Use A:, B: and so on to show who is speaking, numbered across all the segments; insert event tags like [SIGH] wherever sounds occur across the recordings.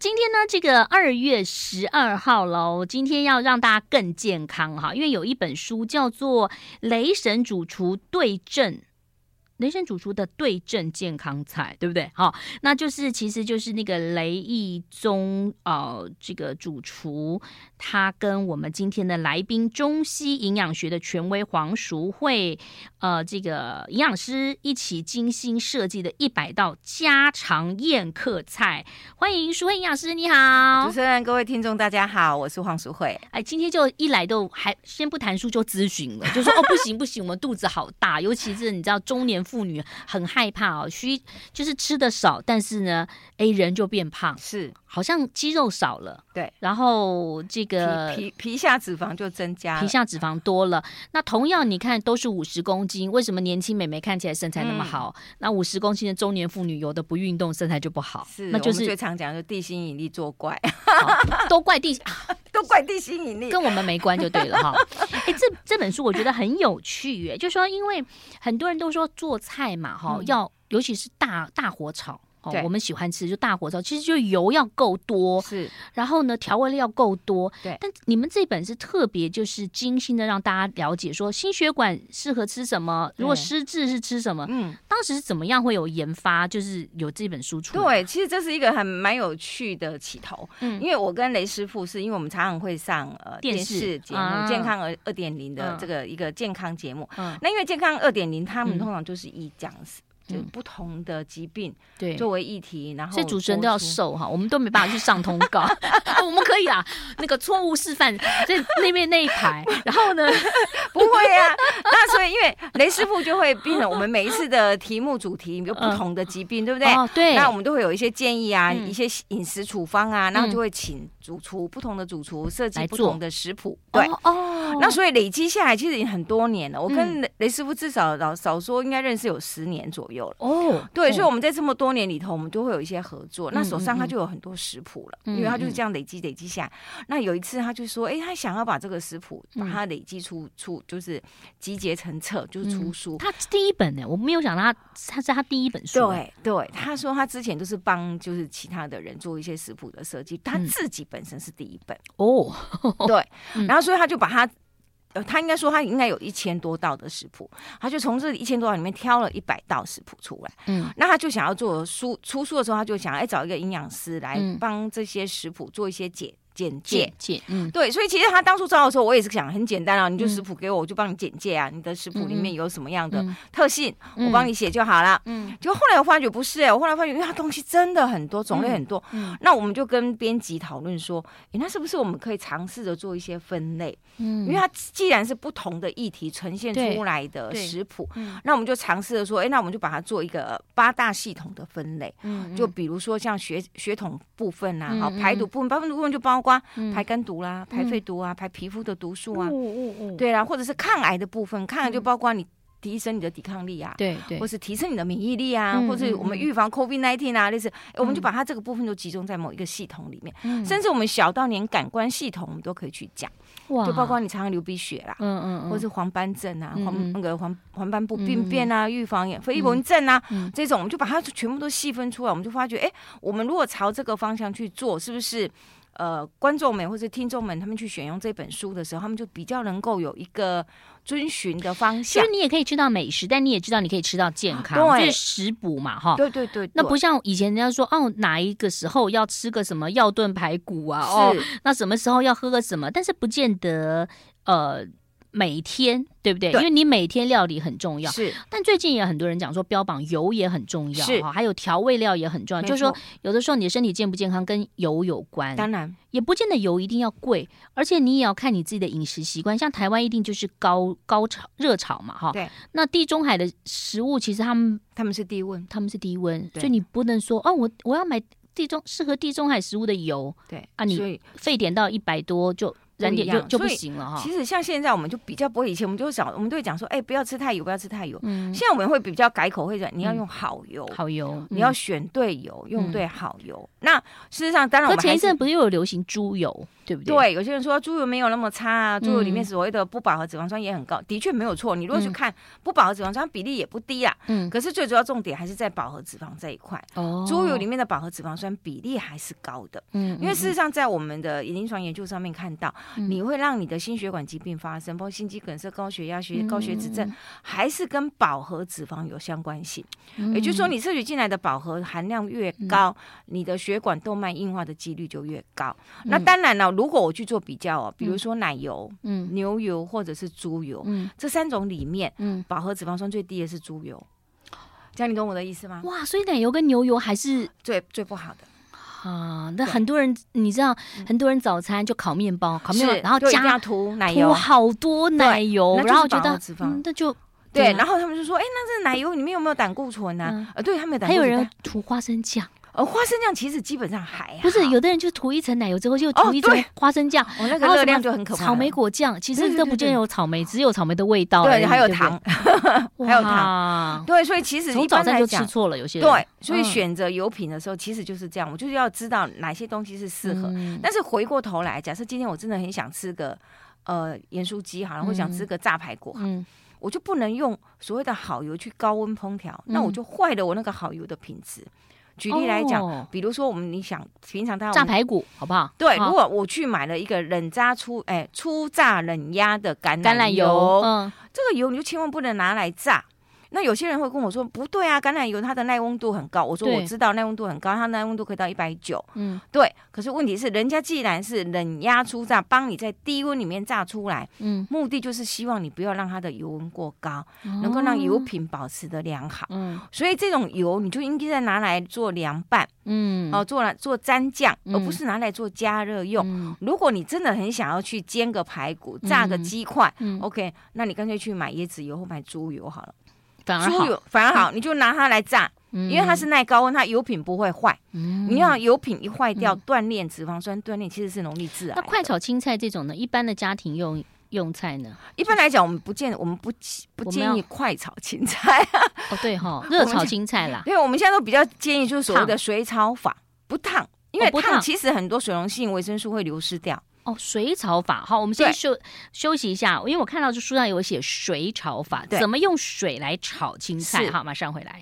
A: 今天呢，这个二月十二号喽，今天要让大家更健康哈，因为有一本书叫做《雷神主厨对症》。雷神主厨的对症健康菜，对不对？好，那就是其实就是那个雷义宗呃，这个主厨他跟我们今天的来宾中西营养学的权威黄淑慧呃，这个营养师一起精心设计的一百道家常宴客菜，欢迎淑慧营养师，你好
B: 主。持人、各位听众，大家好，我是黄淑慧。
A: 哎，今天就一来都还先不谈书，就咨询了，就说哦不行不行，我们肚子好大，尤其是你知道中年妇女很害怕哦，虚就是吃的少，但是呢，哎人就变胖，
B: 是
A: 好像肌肉少了，
B: 对，
A: 然后这个
B: 皮皮皮下脂肪就增加了，
A: 呃皮下脂肪多了。那同样，你看都是五十公斤，为什么年轻美眉看起来身材那
B: 嗯
A: 么好？那五十公斤的中年妇女有的不运动，身材就不好，
B: 是
A: 那就
B: 我们最
A: 是
B: 常讲就地心引力作怪， [LAUGHS]
A: 好都怪地
B: 都怪地心引力。
A: 跟我们没关就对了
B: [LAUGHS]
A: 哈。哎、这这本书我觉得很有趣耶，就说因为很多人都说做菜嘛哈，
B: 嗯
A: 要尤其是大大火炒。哦
B: 对，
A: 我们喜欢吃就大火炒，其实就油要够多，
B: 是
A: 然后呢调味料够多。
B: 对
A: 但你们这本是特别就是精心的让大家了解说心血管适合吃什么，如果
B: 对
A: 失智是吃什么。
B: 嗯，
A: 当时是怎么样会有研发，就是有这本书出？，
B: 对，其实这是一个很蛮有趣的起头，
A: 嗯
B: 因为我跟雷师傅是因为我们常常会上呃
A: 电
B: 电
A: 视
B: 视节目
A: 啊
B: 《健康二二点零》的
A: 嗯
B: 这个一个健康节目。
A: 嗯，
B: 那因为健康二点零，他们
A: 嗯
B: 通常就是以讲就
A: 嗯
B: 不同的疾病
A: 对，
B: 作为议题，然后
A: 所以主持人都要
B: 播出
A: 瘦哈，我们都没办法去上通
B: [LAUGHS]
A: 告。我们可以啊，那个错误示范在那边那一
B: [LAUGHS]
A: 排，然后呢，
B: 不会啊，那所以因为雷师傅就会变成我们每一次的题目主题有不同的疾病，对不对？
A: 哦对，
B: 那我们都会有一些建议啊，
A: 嗯
B: 一些饮食处方啊，然后
A: 嗯
B: 就会请主厨不同的主厨设计
A: 来
B: 不
A: 做
B: 同的食谱。对，
A: 哦哦，
B: 那所以累积下来其实已经很多年了。我跟
A: 嗯
B: 雷雷师傅至少老少说应该认识有十年左右了。
A: 哦，
B: 对，
A: 哦
B: 所以我们在这么多年里头，我们都会有一些合作。那
A: 嗯
B: 手上
A: 嗯
B: 他
A: 嗯
B: 就有很多食谱了，
A: 嗯
B: 因为他就是
A: 嗯
B: 这样累积累积下来。那有一次他就说，哎、他想要把这个食谱
A: 嗯
B: 把它累积出出，就是集结成册，就是出书。
A: 他第一本呢，我没有想到他他是他第一本书，，
B: 对对，他说他之前都是帮就是其他的人做一些食谱的设计，他
A: 嗯
B: 自己本身是第一本，
A: 哦，
B: 对，
A: 嗯
B: 然后所以他就把他。呃，他应该说他应该有一千多道的食谱，他就从这一千多道里面挑了一百道食谱出来。
A: 嗯
B: 那他就想要做书出书的时候，他就想要哎找一个营养师来
A: 嗯
B: 帮这些食谱做一些简简介
A: 借。借，嗯
B: 对，所以其实他当初招的时候，我也是想很简单啊，你就
A: 嗯
B: 食谱给我，我就帮你简介啊，你的食谱里面有什么样的
A: 嗯，
B: 特性，我帮你写就好了。
A: 嗯
B: 就后来我发觉不是哎、我后来发觉，因为它东西真的很多，种类很多，
A: 嗯
B: 那我们就跟编辑讨论说，诶，那是不是我们可以尝试着做一些分类？
A: 嗯
B: 因为它既然是不同的议题呈现
A: 对
B: 出来的
A: 对
B: 食谱
A: 嗯，
B: 那我们就尝试着说，诶，那我们就把它做一个八大系统的分类，
A: 嗯
B: 就比如说像血血统部分啊，
A: 嗯
B: 好
A: 嗯
B: 排毒部分，排毒部分就包括
A: 嗯
B: 排肝毒啦、排
A: 嗯
B: 肺毒啊、排皮肤的毒素
A: 哇，
B: 啊
A: 哦，哦哦，
B: 对啦，或者是抗癌的部分，抗癌就
A: 嗯
B: 包括你提升你的抵抗力啊，
A: 对对
B: 或，是提升你的免疫力啊，
A: 嗯
B: 或是我们
A: 嗯嗯
B: 预防 COVID 1 9啊，类似，哎我们就
A: 嗯
B: 把它这个部分都集中在某一个系统里面，
A: 嗯
B: 甚至我们小到连感官系统，我们都可以去讲，
A: 哇
B: 就包括你常常流鼻血啦。
A: 嗯嗯嗯，
B: 或是黄斑症啊，
A: 嗯
B: 黄
A: 嗯
B: 那个黄黄斑部
A: 嗯
B: 病变啊，预防眼飞蚊症啊，
A: 嗯
B: 这种我们就把它全部都细分出来，我们就发觉，哎、我们如果朝这个方向去做，是不是？呃，观众们或者听众们，他们去选用这本书的时候，他们就比较能够有一个遵循的方
A: 其
B: 向
A: 实。你也可以吃到美食，但你也知道你可以吃到健康，
B: 对
A: 这是食补嘛哈，
B: 对对对对
A: 哦那不像以前人家说哦，哪一个时候要吃个什么药炖排骨啊，哦，
B: 是
A: 那什么时候要喝个什么，但是不见得呃每天，对不对？
B: 对
A: 因为你每天料理很重要。
B: 是
A: 但最近也很多人讲说，标榜油也很重要，
B: 是
A: 哈还有调味料也很重要。
B: 没
A: 呃就是说
B: 错，
A: 有的时候你的身体健不健康跟油有关，
B: 当然
A: 也不见得油一定要贵，而且你也要看你自己的饮食习惯。像台湾一定就是高高炒热炒嘛，哈。
B: 对。
A: 那地中海的食物其实他们
B: 他们是低温，
A: 他们是低温，
B: 对
A: 所以你不能说哦，我我要买地中适合地中海食物的油，
B: 对
A: 啊你
B: 所以
A: 沸点到一百多就
B: 不一
A: 燃
B: 样
A: 点就就不
B: 所以
A: 行了哈
B: 其。实像现在我们就比较不会，以前我们就会少，我们都会讲说，哎、不要吃太油，不要吃太油。
A: 嗯，
B: 现在我们会比较改口，会讲你要用好油，
A: 好油，
B: 你要
A: 嗯。
B: 选对油，
A: 嗯
B: 用对好油。那事实上，当然我
A: 可
B: 们
A: 前
B: 还
A: 一
B: 是
A: 阵不是又有流行猪油？对不对？
B: 对，有些人说猪油没有那么差啊，猪油里面
A: 嗯
B: 所谓的不饱和脂肪酸也很高，的确没有错。你如果去
A: 嗯
B: 看不饱和脂肪酸比例也不低啦，啊
A: 嗯，
B: 可是最主要重点还是在饱和脂肪这一块，
A: 哦
B: 猪油里，面的饱和脂肪酸比例还是高的。
A: 嗯，
B: 因为事实上，在我们的临床研究上面看到，
A: 嗯
B: 你会让你的心血管疾病发生，包括心肌梗塞、高血压、血
A: 嗯
B: 高血脂症，还是跟饱和脂肪有相关性。也就是说，
A: 嗯
B: 你摄取进来的饱和含量越高，你的血管动脉硬化的几率就越高。那
A: 嗯
B: 当然了，如果我去做比较哦，比如说奶油、
A: 嗯
B: 牛油或者是猪油
A: 嗯
B: 这三种里面，
A: 嗯，
B: 饱和脂肪酸最低的是猪油。这样你懂我的意思吗？
A: 哇，所以奶油跟牛油还是
B: 最最不好的，
A: 啊，那
B: 对嗯
A: 很多人你知道，很多人早餐就烤面包，烤面包
B: 是
A: 然后
B: 就一定要
A: 加
B: 涂奶油
A: 涂，好多奶油
B: 那，就是
A: 然后觉
B: 饱
A: 得
B: 和脂肪
A: 嗯那就
B: 对，
A: 啊
B: 然后他们就说：“哎、那这奶油里面有没有胆固醇啊？”
A: 嗯
B: 呃，对，他们有胆
A: 还
B: 固
A: 有
B: 醇。
A: 人涂花生酱，
B: 但呃，花生酱其实基本上还好
A: 不是有的人就涂一层奶油之后就涂
B: 哎哦
A: 一层
B: 对
A: 花生酱，
B: 哦，那个
A: 然后
B: 热
A: 什
B: 量
A: 么
B: 就很可怕了。
A: 草莓果酱，其
B: 对
A: 实
B: 对
A: 都
B: 对
A: 不见
B: 对
A: 有草莓，只有草莓的味道而已，
B: 对，还有
A: 不对
B: 糖，，还
A: 哇
B: 有糖。对，所以其实
A: 从
B: 一
A: 早
B: 般
A: 餐
B: 来
A: 就吃
B: 讲，
A: 错了，有些人
B: 对，所以
A: 嗯
B: 选择油品的时候，其实就是这样，我就是要知道哪些东西是适合。
A: 嗯
B: 但是回过头来，假设今天我真的很想吃个呃盐酥鸡好了，或想吃个炸排骨好了，
A: 嗯
B: 我就不能用所谓的好油去高温烹调，那我
A: 嗯
B: 就坏了我那个好油的品质。举例来讲，
A: 哦
B: 比如说我们你想平常大家我
A: 炸
B: 们
A: 排骨好不好？
B: 对，
A: 啊
B: 如果我去买了一个冷榨出哎初榨冷压的橄
A: 橄榄
B: 油，
A: 油，嗯
B: 这个油你就千万不能拿来炸。那有些人会跟我说，不对啊，橄榄油它的耐温度很高。我说
A: 对
B: 我知道耐温度很高，它耐温度可以到一百九。
A: 嗯
B: 对，可是问题是，人家既然是冷压初榨，帮你在低温里面榨出来，
A: 嗯，
B: 目的就是希望你不要让它的油温过高，能够让油
A: 哦
B: 品保持的良好。
A: 嗯
B: 所以这种油你就应该再拿来做凉拌，
A: 嗯
B: 哦、做来做蘸酱，
A: 嗯
B: 而不是拿来做加热用。
A: 嗯
B: 如果你真的很想要去煎个排骨、炸个
A: 嗯
B: 鸡块、
A: 嗯
B: o k 那你干脆去买椰子油或买猪油好了。
A: 反而
B: 猪
A: 好，嗯
B: 油反而好，你就拿它来炸，
A: 因
B: 因为它是耐高温，它油品不会坏。
A: 你
B: 你让油品一坏掉，锻炼脂肪酸，锻炼其实是容易致
A: 嗯那
B: 癌。
A: 快炒青菜这种呢，一般的家庭用用菜呢？
B: 一般来讲，我们不建，我们不
A: 我
B: 不
A: 们
B: 建议
A: 要
B: 快炒青菜， [LAUGHS]
A: 哦，对哈，热炒青菜啦，
B: 因为我们现在都比较建议就是所谓的水炒法，不烫。因为
A: 哦不
B: 烫
A: 烫
B: 其实很多水溶性维生素会流失掉，
A: 哦，水炒法。好，我们先
B: 对
A: 休休息一下，因为我看到这书上有写水炒法，
B: 对
A: 怎么用水来炒青菜？
B: 是
A: 好，马上回来。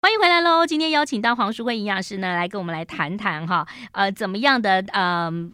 A: 欢迎回来喽！今天邀请到黄淑慧营养师呢，来跟我们来谈谈哈，呃，怎么样的嗯、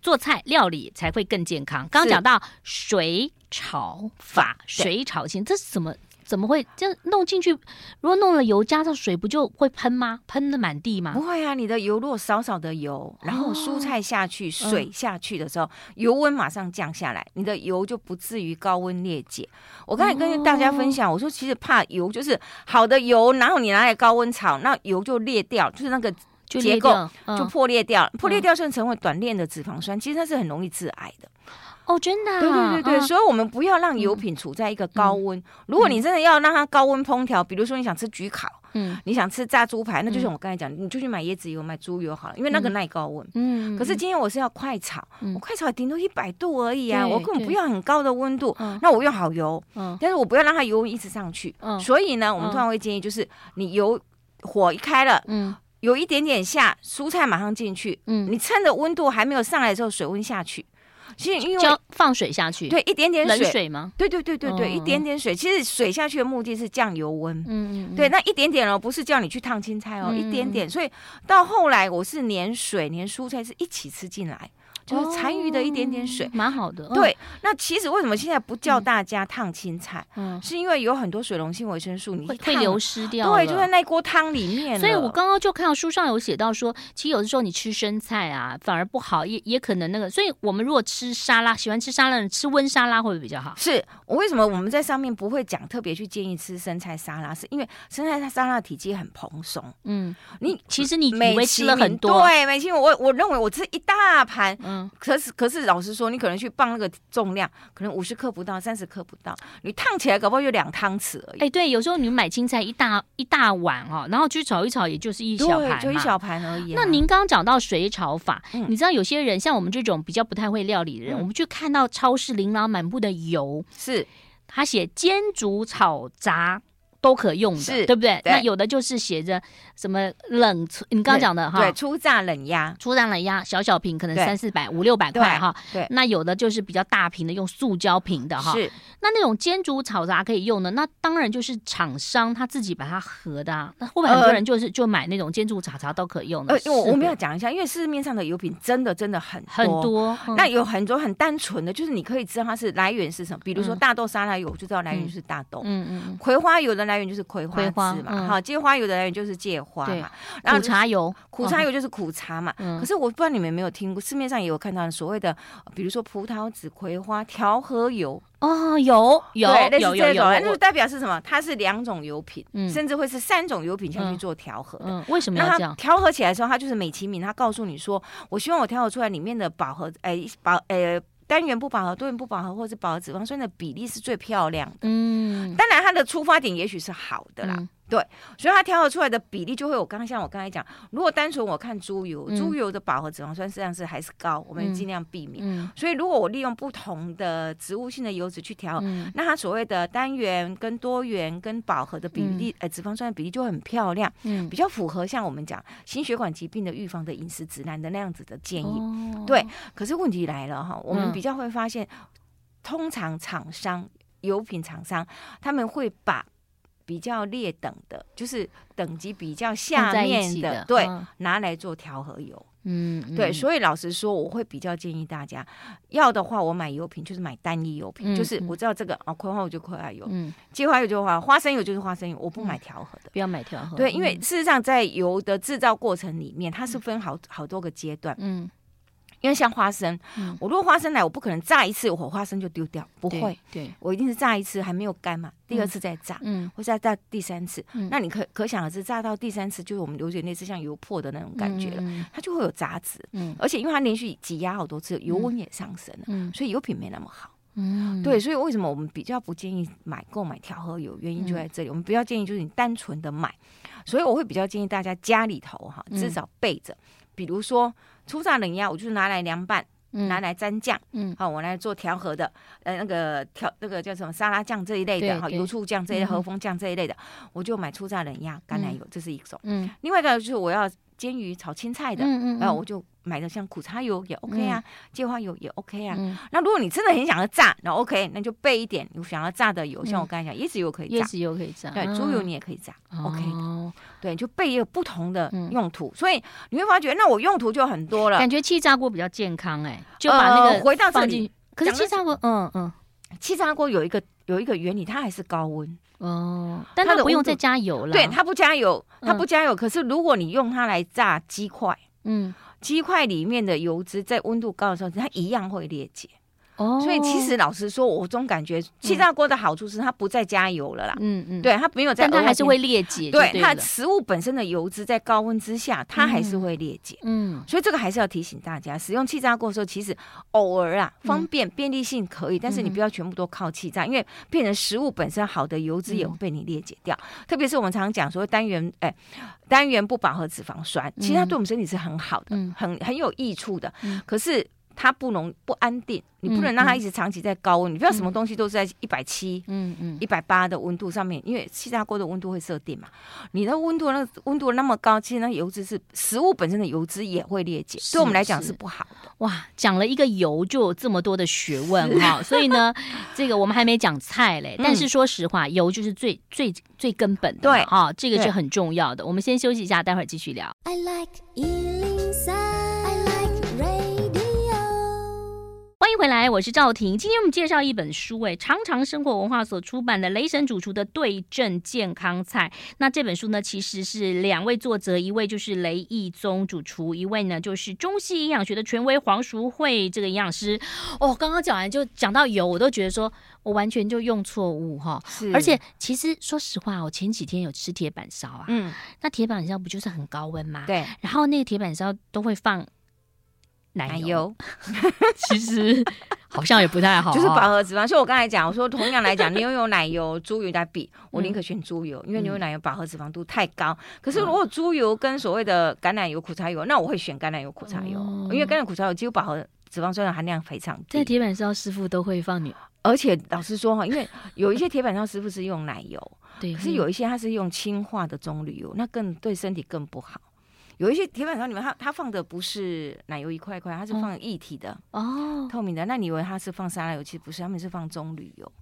A: 做菜料理才会更健康？刚刚
B: 是
A: 讲到水炒法，
B: 对
A: 水炒青，这是怎么怎么会这样弄进去？如果弄了油加上水，不就会喷吗？喷的满地吗
B: 不？会啊！你的油如果少少的油，然后蔬菜下去、水下去的时候，油温马上降下来，你的油就不至于高温裂解。我刚才跟大家分享，我说其实怕油就是好的油，然后你拿来高温炒，那油就裂掉，就是那个
A: 就
B: 结
A: 裂
B: 构
A: 掉嗯
B: 就破裂掉，破裂掉甚至成为短链的脂肪酸，其实它是很容易致癌的。
A: 哦，真的啊、
B: 对对对嗯对，
A: 嗯
B: 所以我们不要让油品处在一个高温。如果你真的要让它高温烹调，比如说你想吃焗烤。
A: 嗯
B: 你想吃炸猪排，那就像
A: 嗯
B: 我刚才讲，你就去买椰子油、买猪油好了，因为那个
A: 嗯
B: 耐高温。
A: 嗯
B: 可是今天我是要快炒，
A: 嗯
B: 我快炒顶多一百度而已啊，
A: 对
B: 我根本
A: 对
B: 不要很高的温度。
A: 嗯
B: 那我用好油，
A: 嗯
B: 但是我不要让它油温一直上去。
A: 嗯
B: 所以呢，我们
A: 嗯
B: 通常会建议就是，你油火一开了，
A: 嗯
B: 有一点点下，蔬菜马上进去，
A: 嗯，
B: 你趁着温度还没有上来的时候，水温下去。其实因为
A: 浇放水下去，
B: 对一点点
A: 冷
B: 水，
A: 水吗？
B: 对对对对对，
A: 嗯
B: 一点点水。其实水下去的目的是降油温。
A: 嗯嗯，
B: 对，
A: 嗯
B: 那一点点哦，不是叫你去烫青菜哦，
A: 嗯
B: 一点点。所以到后来，我是连水连蔬菜是一起吃进来，就是残余的一点点水
A: 哦。蛮好哦的。嗯，
B: 对，那其实为什么现在不叫大家烫青菜，
A: 嗯，
B: 是因为有很多水溶性维生素你
A: 会
B: 一
A: 会
B: 烫
A: 流失掉了，
B: 对，就在那锅汤里面了。
A: 所以我刚刚就看到书上有写到说，其实有的时候你吃生菜啊，反而不好，也也可能那个。所以我们如果吃沙拉，喜欢吃沙拉的人吃温沙拉会不会比较好？
B: 是我为什么我们在上面不会讲特别去建议吃生菜沙拉，是因为生菜沙拉体积很蓬松，
A: 嗯，
B: 你
A: 其实你以
B: 美
A: 为
B: 其
A: 吃了
B: 名
A: 很多，
B: 对，美其名我我认为我吃一大盘，
A: 嗯，
B: 可是可是老实说，你可能去磅那个重量，可能五十克不到，三十克不到，你烫起来搞不好就两汤匙而已。
A: 哎，对，有时候你买青菜一大一大碗哦，然后去炒一炒，也就是一小
B: 对
A: 盘
B: 就一
A: 嘛
B: 小盘而已啊、
A: 那您刚刚讲到水炒法，
B: 嗯
A: 你知道有些人像我们这种比较不太会料理的人，
B: 嗯
A: 我们去看到超市琳琅满目的油，
B: 是
A: 他写煎、煮、炒、炸、都可用的，
B: 是
A: 对不对？
B: 对
A: 那有的就是写着什么冷存，你刚刚讲的哈，
B: 对，初榨冷压，
A: 出让人家小小瓶可能
B: 对
A: 三四百、五六百
B: 对
A: 块哈。
B: 对，
A: 那有的就是比较大瓶的，用塑胶瓶的哈。
B: 是
A: 那那种煎煮炒炸可以用的，那当然就是厂商他自己把它合的啊。那会不会很多
B: 呃
A: 人就是、就买那种煎煮炒炸都可以用的？
B: 呃，因为我我们要
A: 嗯是的
B: 讲一下，因为市面上的油品真的真的很
A: 很多，嗯
B: 那有很多很单纯的，就是你可以知道它是来源是什么，比如说
A: 嗯
B: 大豆沙拉油，我就知道来源
A: 嗯
B: 是大豆。
A: 嗯嗯
B: 葵花油的来源就是葵花
A: 葵花
B: 籽嘛，
A: 嗯
B: 哈、芥花油的来源就是芥花
A: 对
B: 嘛，
A: 嗯，苦茶油，
B: 苦茶油就是苦茶嘛。
A: 嗯
B: 可是我不知道你们有没有听过，市面上也有看到所谓的，呃比如说葡萄籽、葵花调和油，
A: 哦，有有
B: 对类
A: 有
B: 似
A: 有
B: 这
A: 有，
B: 种，那
A: 我
B: 就代表是什么？它是两种油品，
A: 嗯
B: 甚至会是三种油品下去
A: 嗯
B: 做调和的。
A: 嗯，为什么
B: 那
A: 要这
B: 它
A: 样？
B: 调和起来的时候，它就是美其名，它告诉你说，我希望我调和出来里面的饱和，哎、饱，呃、单元不饱和、多元不饱和，或是饱和呃脂肪酸的比例是最漂亮的。
A: 嗯，
B: 当然，它的出发点也许是好的啦，
A: 嗯
B: 所以它调和出来的比例就会有刚像我刚才讲，如果单纯我看猪油，
A: 嗯
B: 猪油的饱和脂肪酸实际上是还是高，我们
A: 嗯
B: 尽量避免。
A: 嗯
B: 所以，如果我利用不同的植物性的油脂去调和，
A: 嗯
B: 那它所谓的单元跟多元跟饱和的比例，呃，脂肪酸的比例就会很漂亮。
A: 嗯
B: 比，较符合像我们讲心血管疾病的预防的饮食指南的那样子的建议。
A: 哦
B: 对，可是问题来了哈，我
A: 嗯
B: 们比较会发现，通常厂商、油品厂商他们会把比较劣等的，就是等级比较
A: 放
B: 下
A: 在一
B: 面
A: 起
B: 的，
A: 的，
B: 对，
A: 嗯
B: 拿来做调和油。
A: 嗯，
B: 对，
A: 嗯
B: 所以老实说，我会比较建议大家，要的话，我买油品就是买单一油品，
A: 嗯
B: 就是我
A: 嗯
B: 知道这个啊，葵花油就葵花油，
A: 嗯，
B: 芥花油就花，花生油就是花生油，我不买
A: 嗯
B: 调和的。
A: 不要买调和，
B: 对，因为
A: 嗯
B: 事实上在油的制造过程里面，它是分好好多个阶段。
A: 嗯
B: 因为像花生，
A: 嗯
B: 我如果花生来，我不可能炸一次，我花生就丢掉，不
A: 对
B: 会，
A: 对，
B: 我一定是炸一次还没有干嘛，第二次再炸，
A: 嗯
B: 或再炸第三次。
A: 嗯
B: 那你可可想而知，炸到第三次就是我们有点类似像油破的那种感觉了，
A: 嗯
B: 它就会有杂质，
A: 嗯
B: 而且因为它连续挤压好多次，油温也上升了，
A: 嗯
B: 所以油品没那么好。
A: 嗯，
B: 呃对，所以为什么我们比较不建议买购买调和油？原因
A: 嗯
B: 就在这里，我们比较建议就是你单纯的买，所以我会比较建议大家家里头哈，
A: 嗯
B: 至少备着，比如说初榨冷压，我就是拿来凉拌，
A: 嗯
B: 拿来沾酱，
A: 嗯
B: 好，我来做调和的，呃，那个调那个叫什么沙拉酱这一类
A: 对
B: 的，哈，
A: 对
B: 油醋酱这一类、
A: 嗯哼
B: 和风酱这一类的，我就买初榨冷压橄榄油，这是一种；
A: 嗯
B: 另外一个就是我要煎鱼炒青菜的，
A: 嗯嗯，
B: 然后我就买的像苦茶油也 OK 啊，芥花油也 OK 啊，
A: 嗯
B: 那如果你真的很想要炸，那 OK，那就备一点你想要炸的油，像
A: 嗯
B: 我刚才讲，椰子油可以
A: 椰
B: 炸，
A: 子油可以炸，嗯哦
B: 对，猪油你也可以炸，OK 的，
A: 的。
B: 对，就备一个不同的
A: 嗯
B: 用途，所以你会发觉，那我用途就很多了。
A: 感觉气炸锅比较健康哎，就把那
B: 呃
A: 个
B: 回到这
A: 放
B: 里，
A: 进，可是
B: 讲
A: 气
B: 到
A: 炸锅，嗯嗯
B: 气炸锅有一个有一个原理，它还是高温，
A: 哦，但
B: 它
A: 它
B: 的
A: 不用
B: 温度
A: 再加油了，
B: 对，它不加油，它
A: 嗯
B: 不加油。可是如果你用它来炸鸡块，
A: 嗯
B: 鸡块里面的油脂在温度高的时候，它一样会裂解。
A: 哦，
B: 所以其实老实说，我总感觉气炸锅的好处是它不再加油了啦，
A: 嗯嗯，，
B: 对，它没有再
A: 但
B: 额
A: 它
B: 外
A: 还是
B: 添
A: 会裂解就
B: 对
A: 对
B: 它
A: 了
B: 食物本身的油脂在高温之下，它还是
A: 嗯
B: 会裂解。
A: 嗯
B: 所以这个还是要提醒大家，使用气炸锅的时候，其实偶尔啊，
A: 嗯
B: 方便、便利性可以，但是你
A: 嗯哼
B: 不要全部都靠气炸，因为变成食物本身好的油脂也会被你裂解掉。特别是我们常讲说单元，哎、单元不饱和脂肪酸，其实它对我们身体是很好的，
A: 嗯
B: 很很有益处的。
A: 嗯
B: 可是它不能不安定，你不能
A: 嗯
B: 让它
A: 嗯
B: 一直长期在高温，你不要什么
A: 嗯
B: 东西都是在一百七、
A: 嗯嗯
B: 一百八的温度上面，因为气炸锅的温度会设定嘛，你的温度那温度那么高，其实那油脂是食物本身的油脂也会裂解，
A: 是
B: 对我们来讲
A: 是
B: 是不好的。
A: 哇，讲了一个油就有这么多的学问哈、所以呢，这个我们还没讲菜嘞。但是说实话，油就是最最最根本的嘛，
B: 嗯对
A: 哈、这个是
B: 对
A: 很重要的。我们先休息一下，待会儿继续聊。
C: I like Ealing Sound. I like radio.
A: 欢迎回来，我是赵婷。今天我们介绍一本书，哎，常常生活文化所出版的《雷神主厨的对症健康菜》。那这本书呢，其实是两位作者，一位就是雷义宗主厨，一位呢就是中西营养学的权威黄淑慧这个营养师。哦，刚刚讲完就讲到油，我都觉得说我完全就用错误哈。
B: 是
A: 而且，其实说实话，我前几天有吃铁板烧啊，
B: 嗯，
A: 那铁板烧不就是很高温吗？。
B: 对，
A: 然后那个铁板烧都会放奶
B: 奶
A: 油，
B: 油
A: 其实好像也不太好哦，
B: 就是饱和脂肪。所以我刚才讲，我说同样
A: [LAUGHS]
B: 来讲，牛油、奶油、猪油来比，我宁可选猪油，
A: 嗯
B: 因为牛油、奶油饱和脂肪度太高。可是如果猪油跟所谓的橄榄油、苦茶油，那我会选橄榄油、
A: 哦
B: 苦茶油，因为橄榄苦茶油几乎饱和脂肪酸的含量非常
A: 在
B: 低。
A: 铁板烧师傅都会放牛
B: 而且老实说哈，因为有一些铁板烧师傅是用奶油，
A: 对，
B: 可是有一些它是用氢化的棕榈油，那更对身体更不好。有一些铁板烧里面，它它放的不是奶油一块一块，它是
A: 嗯
B: 放液体的、
A: 哦，
B: 透明的。那你以为它是放沙拉油，其实不是，他们是放棕榈油。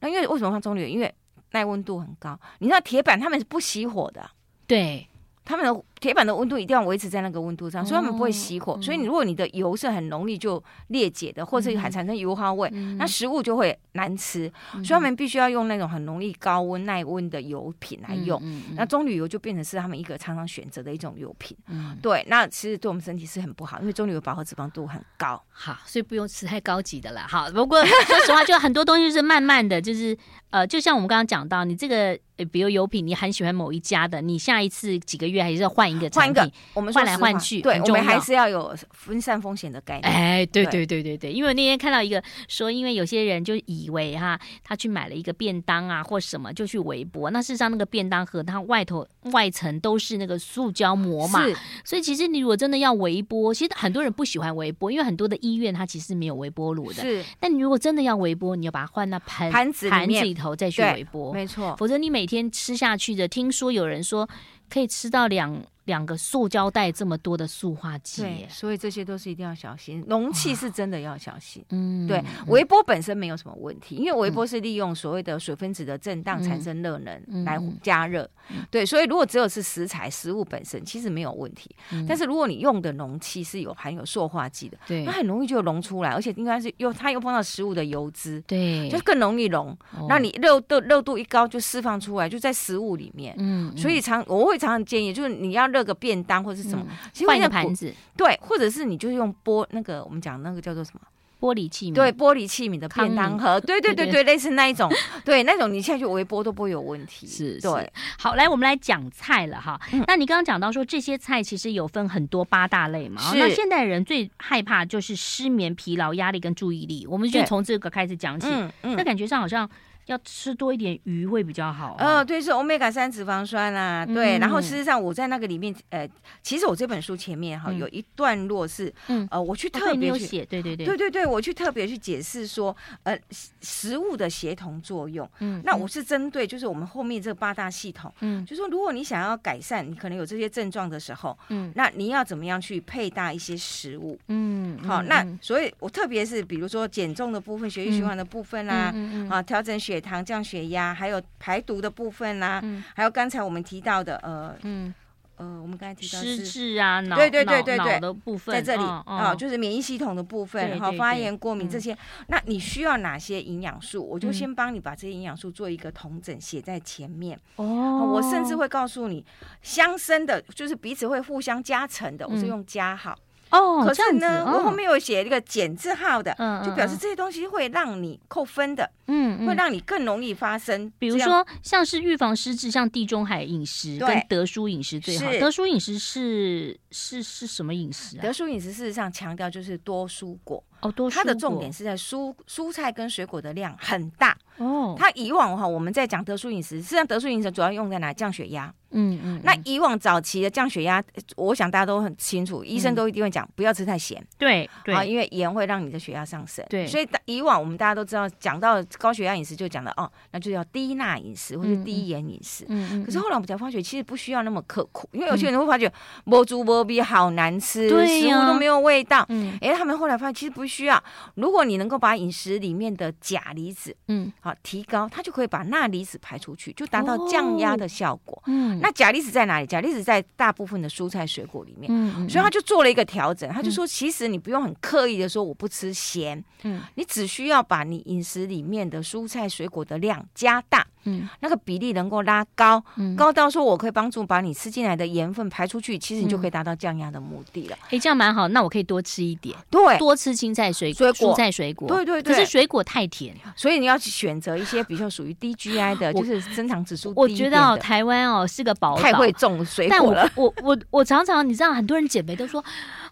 B: 那因为为什么放棕榈油？因为耐温度很高。你知道铁板他们是不熄火的，
A: 对，
B: 他们的铁板的温度一定要维持在那个温度上，所以他们不会熄火。
A: 哦嗯
B: 所以你如果你的油是很容易就裂解的，或者还产生油花味，嗯那食物就会难吃。
A: 嗯
B: 所以他们必须要用那种很容易高温耐温的油品来用。
A: 嗯，嗯
B: 那棕榈油就变成是他们一个常常选择的一种油品，
A: 嗯
B: 对，那其实对我们身体是很不好，因为棕榈油饱和脂肪度很高。
A: 好，所以不用吃太高级的啦。好，不过说实话，就很多东西是慢慢的，就是呃，就像我们刚刚讲到，你这个呃比如油品，你很喜欢某一家的，你下一次几个月还是要换一个
B: 换
A: 产品，
B: 一个，我们说
A: 换来
B: 实话
A: 换去
B: 对，
A: 很
B: 我
A: 重
B: 们还
A: 要
B: 是要有分散风险的概念。
A: 哎，对对对
B: 对
A: 对对，因为我那天看到一个说，因为有些人就以为哈，他去买了一个便当啊或什么就去微波，那事实上那个便当盒它外头外层都是那个塑胶膜嘛，
B: 是
A: 所以其实你如果真的要微波，其实很多人不喜欢微波，因为很多的医院它其实没有微波炉的。
B: 是，
A: 但你如果真的要微波，你要把它换到盆
B: 盘子里
A: 盘子
B: 面
A: 里头再去
B: 对
A: 微波，
B: 没错，
A: 否则你每天吃下去的，听说有人说可以吃到两两个塑胶袋这么多的塑化剂
B: 对，
A: 耶。
B: 所以这些都是一定要小心，容器是真的要小心。
A: 嗯，
B: 对，微波本身没有什么问题，因为微波是利用所谓的水分子的震荡产生热
A: 嗯
B: 能来加热。对，所以如果只有是食材食物本身，其实没有问题。
A: 嗯
B: 但是如果你用的容器是有含有塑化剂的， [LAUGHS]
A: 对
B: 它很容易就溶出来，而且应该是又它又碰到食物的油脂，
A: 对，哦
B: 就更容易溶。那你热度热度一高就释放出来，就在食物里面。
A: 嗯，
B: 所以常我会常常建议，就是你要热个便当或是什么，其实
A: 嗯换一个
B: 那不
A: 盘子，
B: 对，或者是你就用玻那个我们讲那个叫做什么？
A: 玻璃器皿，
B: 对，玻璃器皿的便当盒，对对
A: 对对
B: 对对，类似那一种，对那种你下去微波都不会有问题。
A: 是
B: 对，
A: 好，来我们来讲菜了哈。
B: 嗯
A: 那你刚刚讲到说这些菜其实有分很多八大类嘛，哦
B: 是
A: 那现代人最害怕就是失眠、疲劳、压力跟注意力，我们就
B: 对
A: 从这个开始讲起。
B: 嗯
A: 那
B: 嗯。
A: 感觉上好像要吃多一点鱼会比较好、
B: 呃，
A: 啊。
B: 对，是欧米伽三脂肪酸啦、对。
A: 嗯
B: 然后事实上，我在那个里面，呃，其实我这本书前面哈、
A: 嗯
B: 有一段落是，
A: 嗯
B: 呃，我去
A: 哦
B: 特
A: 对你
B: 别
A: 有
B: 去，
A: 写，对对对，
B: 对对对，我去特别去解释说，呃，食食物的协同作用。
A: 嗯
B: 那我是针对就是我们后面这八大系统，
A: 嗯
B: 就说如果你想要改善，你可能有这些症状的时候，
A: 嗯
B: 那你要怎么样去配搭一些食物？
A: 嗯，
B: 好，
A: 嗯
B: 那
A: 嗯
B: 所以我特别是比如说减重的部分、血液循环的部分啦、
A: 嗯嗯嗯
B: 啊，调整血糖、降血压，还有排毒的部分啦、
A: 嗯
B: 还有刚才我们提到的，呃
A: 嗯，
B: 呃，我们刚才提到
A: 失
B: 是
A: 智啊，脑
B: 对对对
A: 脑
B: 对对
A: 脑的部分
B: 在这里
A: 哦哦
B: 啊，就是免疫系统的部
A: 对
B: 分，哈，
A: 对
B: 发
A: 对
B: 炎、过敏这些，那你需要哪些营养素？我就
A: 嗯
B: 先帮你把这些营养素做一个统整，写在前面。
A: 哦，
B: 我甚至会告诉你，相生的，就是彼此会互相加成的，我
A: 嗯
B: 是用加号。
A: 哦，
B: 可
A: 这样
B: 是
A: 子
B: 呢，
A: 哦
B: 我后面有写一个减字号的，
A: 嗯
B: 就表示这些东西会让你扣分的，
A: 嗯嗯
B: 会让你更容易发生。
A: 比如
B: 这样，
A: 说，像是预防失智，像地中海饮食
B: 对
A: 跟德叔饮食最好。
B: 是
A: 德叔饮食是是是什么饮食啊
B: 德？叔饮食事实上强调就是多蔬果，
A: 哦，多
B: 它的
A: 蔬
B: 重
A: 果
B: 点是在蔬蔬菜跟水果的量很大。
A: 哦，
B: 它以往哈，我们在讲德叔饮食，事实际上德叔饮食主要用在哪？降血压。
A: 嗯嗯，
B: 那
A: 嗯
B: 以往早期的降血压，我想大家都很清楚，医生都一定会讲不要吃太咸。
A: 对
B: 啊，
A: 对
B: 因为盐会让你的血压上升。
A: 对
B: 所以大以往我们大家都知道，讲到高血压饮食就讲到哦，那就要低钠饮食或者
A: 嗯
B: 低盐饮食。
A: 嗯嗯，
B: 可是
A: 嗯
B: 后来我们才发觉，其实不需要那么刻苦，因为有些人会发觉摸猪摸逼好难吃，
A: 对
B: 食
A: 呀
B: 物都没有味道。
A: 嗯
B: 哎，他们后来发现其实不需要，如果你能够把饮食里面的钾离子
A: 嗯
B: 好、提高，它就可以把钠离子排出去，就达到降压的效果。
A: 哦嗯，
B: 那钾离子在哪里？钾离子在大部分的蔬菜水果里面。
A: 嗯嗯，
B: 所以他就做了一个调整，他就说，其实你不用很刻意的说我不吃咸，
A: 嗯
B: 你只需要把你饮食里面的蔬菜水果的量加大，
A: 嗯
B: 那个比例能够拉高，
A: 嗯
B: 高到说我可以帮助把你吃进来的盐分排出去，其实你就
A: 嗯
B: 可以达到降压的目的了。
A: 哎，这样蛮好。那我可以多吃一点，
B: 对，
A: 多吃青菜水
B: 水果
A: 蔬菜水果。
B: 对对
A: 可是
B: 对
A: 水果太甜，
B: 所以你要选择一些 [LAUGHS] 比较属于低 GI 的，
A: 我
B: 就是升糖指数
A: 我
B: 低一点
A: 觉
B: 的
A: 得哦，台湾哦是个宝岛，
B: 太会种水
A: 但
B: 果
A: 我
B: 了。
A: 我我我常常，你知道，很多人减肥都说，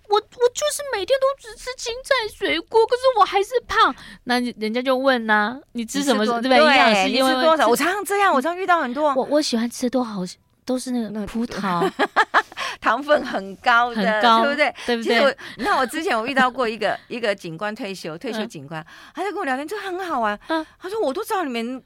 A: 我我就是每天都只吃青菜水果，可是我还是胖。那你人家就问呐、你 [LAUGHS] 吃什么？
B: 你多
A: 对不对？营养师
B: 你
A: 就会
B: 吃
A: 问
B: 多少？我常常这样，我常常遇到很多
A: 我我喜欢吃多好，都是那个
B: 那
A: 葡萄，
B: 糖分很高的，
A: 很高
B: 对不对？
A: 对不
B: [LAUGHS] 其实我
A: 对？，
B: 你看我之前我遇到过一个一个警官退休，退休
A: 嗯
B: 警官，他在跟我聊天，这很好玩。
A: 嗯
B: 他说我都知道你们，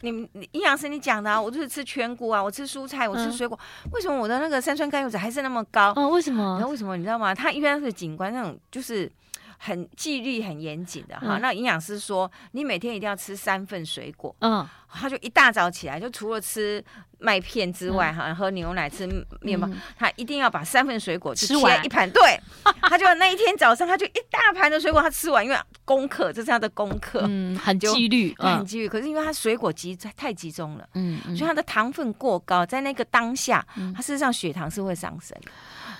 B: 你们你营养师你讲的啊，我就是吃全谷啊，我吃蔬菜，我吃
A: 嗯
B: 水果，为什么我的那个三酸甘油酯还是那么高？
A: 哦，为什
B: 你知道
A: 么？
B: 为什么？你知道吗？他因为他是警官那种，就是。很纪律很严谨的哈，
A: 嗯
B: 那营养师说你每天一定要吃三份水果，
A: 嗯，
B: 他就一大早起来就除了吃麦片之外哈，喝牛奶吃面包，
A: 嗯
B: 他一定要把三份水果就
A: 吃
B: 切
A: 完
B: 一盘，对，他就那一天早上他就一大盘的水果他吃完，因为功课这是他的功课，
A: 嗯，很
B: 就
A: 纪律，
B: 他很
A: 嗯
B: 机遇。可是因为他水果集太集中了。
A: 嗯嗯，
B: 所以他的糖分过高，在那个当下，
A: 嗯
B: 他事实上血糖是会上升的，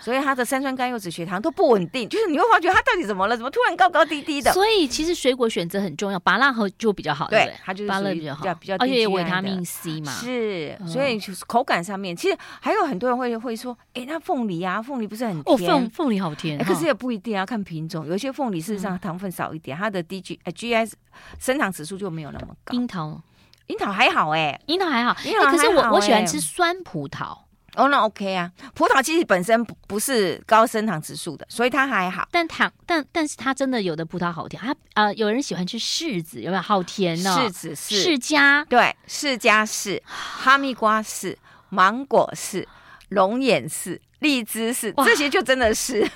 B: 所以他的三酸甘油酯血糖都不稳定，就是你会发觉他到底怎么了，怎么突然高高低低的？
A: 所以其实水果选择很重要，芭乐和就比较好，对不
B: 对
A: 对，？
B: 他就是
A: 芭
B: 属
A: 乐比
B: 于比
A: 较
B: 较
A: 好，
B: 比较
A: 而
B: 低
A: 且有维
B: GI
A: 他
B: 的
A: 命 C 嘛，
B: 是，
A: 哦
B: 所以就是口感上面，其实还有很多人会会说，哎、那凤梨啊，凤梨不是很
A: 哦，
B: 甜？
A: 凤凤梨好甜
B: 哎、，可
A: 哈嗯
B: 是也不一定啊，看品种，有一些凤梨事实上糖分少一点，它的 D G 呃 G S 升糖指数就没有那么高。
A: 樱桃，
B: 樱桃还好哎、
A: 樱桃还好，
B: 樱桃
A: 哎可是
B: 还
A: 我
B: 好
A: 我喜欢
B: 哎
A: 吃酸葡萄，
B: 哦，那 OK 啊。葡萄其实本身不不是高升糖指数的，所以它还好。
A: 但糖但但是它真的有的葡萄好甜，它呃有人喜欢吃柿子，有没有好甜呢、
B: 柿子是，
A: 世
B: [LAUGHS]
A: 家
B: 对，释迦是，哈密瓜是，芒果是，龙眼是，荔枝是，
A: 哇
B: 这些就真
A: [LAUGHS]
B: 的是。